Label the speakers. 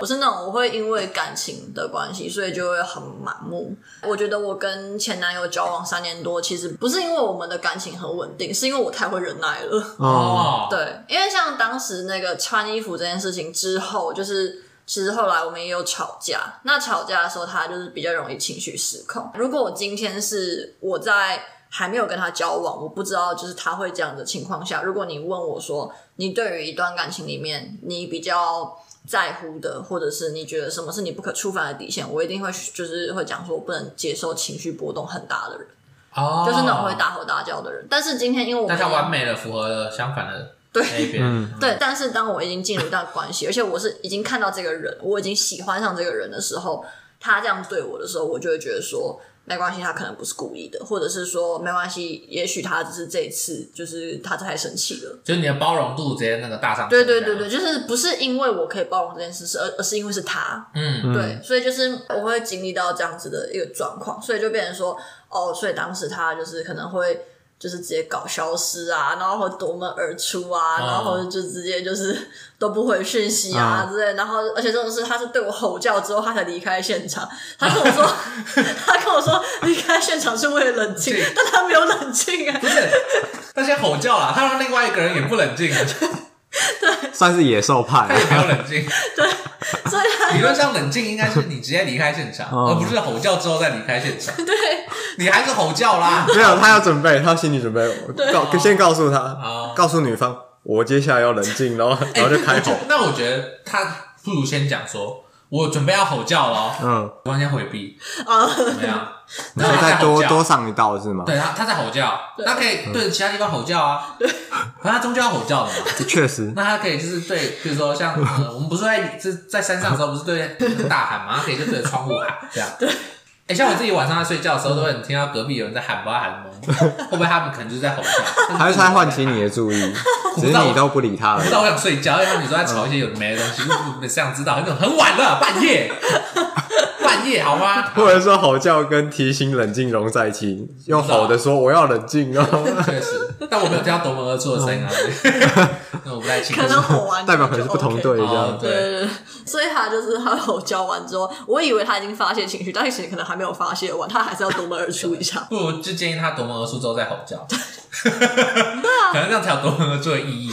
Speaker 1: 我是那种我会因为感情的关系，所以就会很盲目。我觉得我跟前男友交往三年多，其实不是因为我们的感情很稳定，是因为我太会忍耐了。
Speaker 2: 哦，
Speaker 3: 哦，
Speaker 1: 对，因为像当时那个穿衣服这件事情之后，就是其实后来我们也有吵架。那吵架的时候，他就是比较容易情绪失控。如果我今天是我在还没有跟他交往，我不知道就是他会这样的情况下，如果你问我说，你对于一段感情里面你比较。在乎的，或者是你觉得什么是你不可触犯的底线，我一定会就是会讲说，我不能接受情绪波动很大的人，
Speaker 3: 哦，
Speaker 1: 就是那种会，大吼大叫的人。但是今天因为我
Speaker 3: 但
Speaker 1: 们
Speaker 3: 他
Speaker 1: 也
Speaker 3: 完美的符合了相反的
Speaker 1: 对
Speaker 3: 那一边，
Speaker 2: 嗯
Speaker 1: 对，但是当我已经进入一段关系，而且我是已经看到这个人，我已经喜欢上这个人的时候，他这样对我的时候，我就会觉得说，没关系，他可能不是故意的，或者是说没关系，也许他只是这一次就是他太生气了。
Speaker 3: 就是你的包容度直接那个大上去，
Speaker 1: 对对对对，，就是不是因为我可以包容这件事，是而而是因为是他，
Speaker 3: 嗯，
Speaker 1: 对，所以就是我会经历到这样子的一个状况，所以就变成说，哦，所以当时他就是可能会就是直接搞消失啊，然后或夺门而出啊，
Speaker 2: 哦
Speaker 3: 嗯
Speaker 1: 然后就直接就是都不回讯息啊
Speaker 2: 嗯
Speaker 1: 之类，然后而且这种是他是对我吼叫之后他才离开现场，他跟我 说他跟我说离开现场是为了冷静
Speaker 3: 对，
Speaker 1: 但他没有冷静啊
Speaker 3: 不，是，那些吼叫啦，他让另外一个人也不冷静，
Speaker 2: 算是野兽派
Speaker 3: 他也没有冷静。
Speaker 1: 所以他
Speaker 3: 理论上冷静应该是你直接离开现场，
Speaker 2: 哦
Speaker 3: 而不是吼叫之后再离开现场。
Speaker 1: 对
Speaker 3: 你还是吼叫啦。
Speaker 2: 没有，他要准备，他心理准备，我
Speaker 3: 啊
Speaker 2: 告先告诉他
Speaker 3: 哦，
Speaker 2: 告诉女方，我接下来要冷静， 然
Speaker 3: 哎
Speaker 2: 后然后就开
Speaker 3: 我
Speaker 2: 口
Speaker 3: 觉，那我觉得他不如先讲说，我准备要吼叫了哦，
Speaker 2: 嗯，
Speaker 3: 我先回避，
Speaker 1: 啊，
Speaker 3: 怎么样？
Speaker 2: 你说
Speaker 3: 那他
Speaker 2: 再
Speaker 3: 在
Speaker 2: 多
Speaker 3: 吼叫
Speaker 2: 多上一道是吗？
Speaker 3: 对他，他在吼叫，
Speaker 1: 对
Speaker 3: 他可以对其他地方吼叫啊，可他终究要吼叫的嘛。
Speaker 2: 这确实，
Speaker 3: 那他可以就是对，比如说像呃，我们不是在这在山上的时候，不是对那个大喊嘛，他可以就对着窗户喊这样。对。哎、像我自己晚上在睡觉的时候，都会听到隔壁有人在喊，不知道喊什么，会不会他们可能就是在吼叫？
Speaker 2: 还是他唤起你的注 意，只是你都不理他
Speaker 3: 我
Speaker 2: 了
Speaker 3: 不知。道我想睡觉，因为你说在吵一些有的没的东西，我只想知道，那种很晚了，半夜，半夜好吗？
Speaker 2: 或者说吼叫跟提醒冷静融在一起，用吼的说我要冷静 哦，
Speaker 3: 确实，但我没有听到夺门而出的声音啊，那我不太清楚
Speaker 1: 可。能火完
Speaker 2: 代表可能是不同队
Speaker 1: 就 OK
Speaker 2: 这
Speaker 3: 哦
Speaker 2: 样，。
Speaker 1: 对对， 对，所以他就是他吼叫完之后，我以为他已经发泄情绪，但其实可能还没有发泄完，他还是要夺门而出一下。
Speaker 3: 不 如就建议他夺门而出之后再吼叫，可能这样才有夺门而出的意义。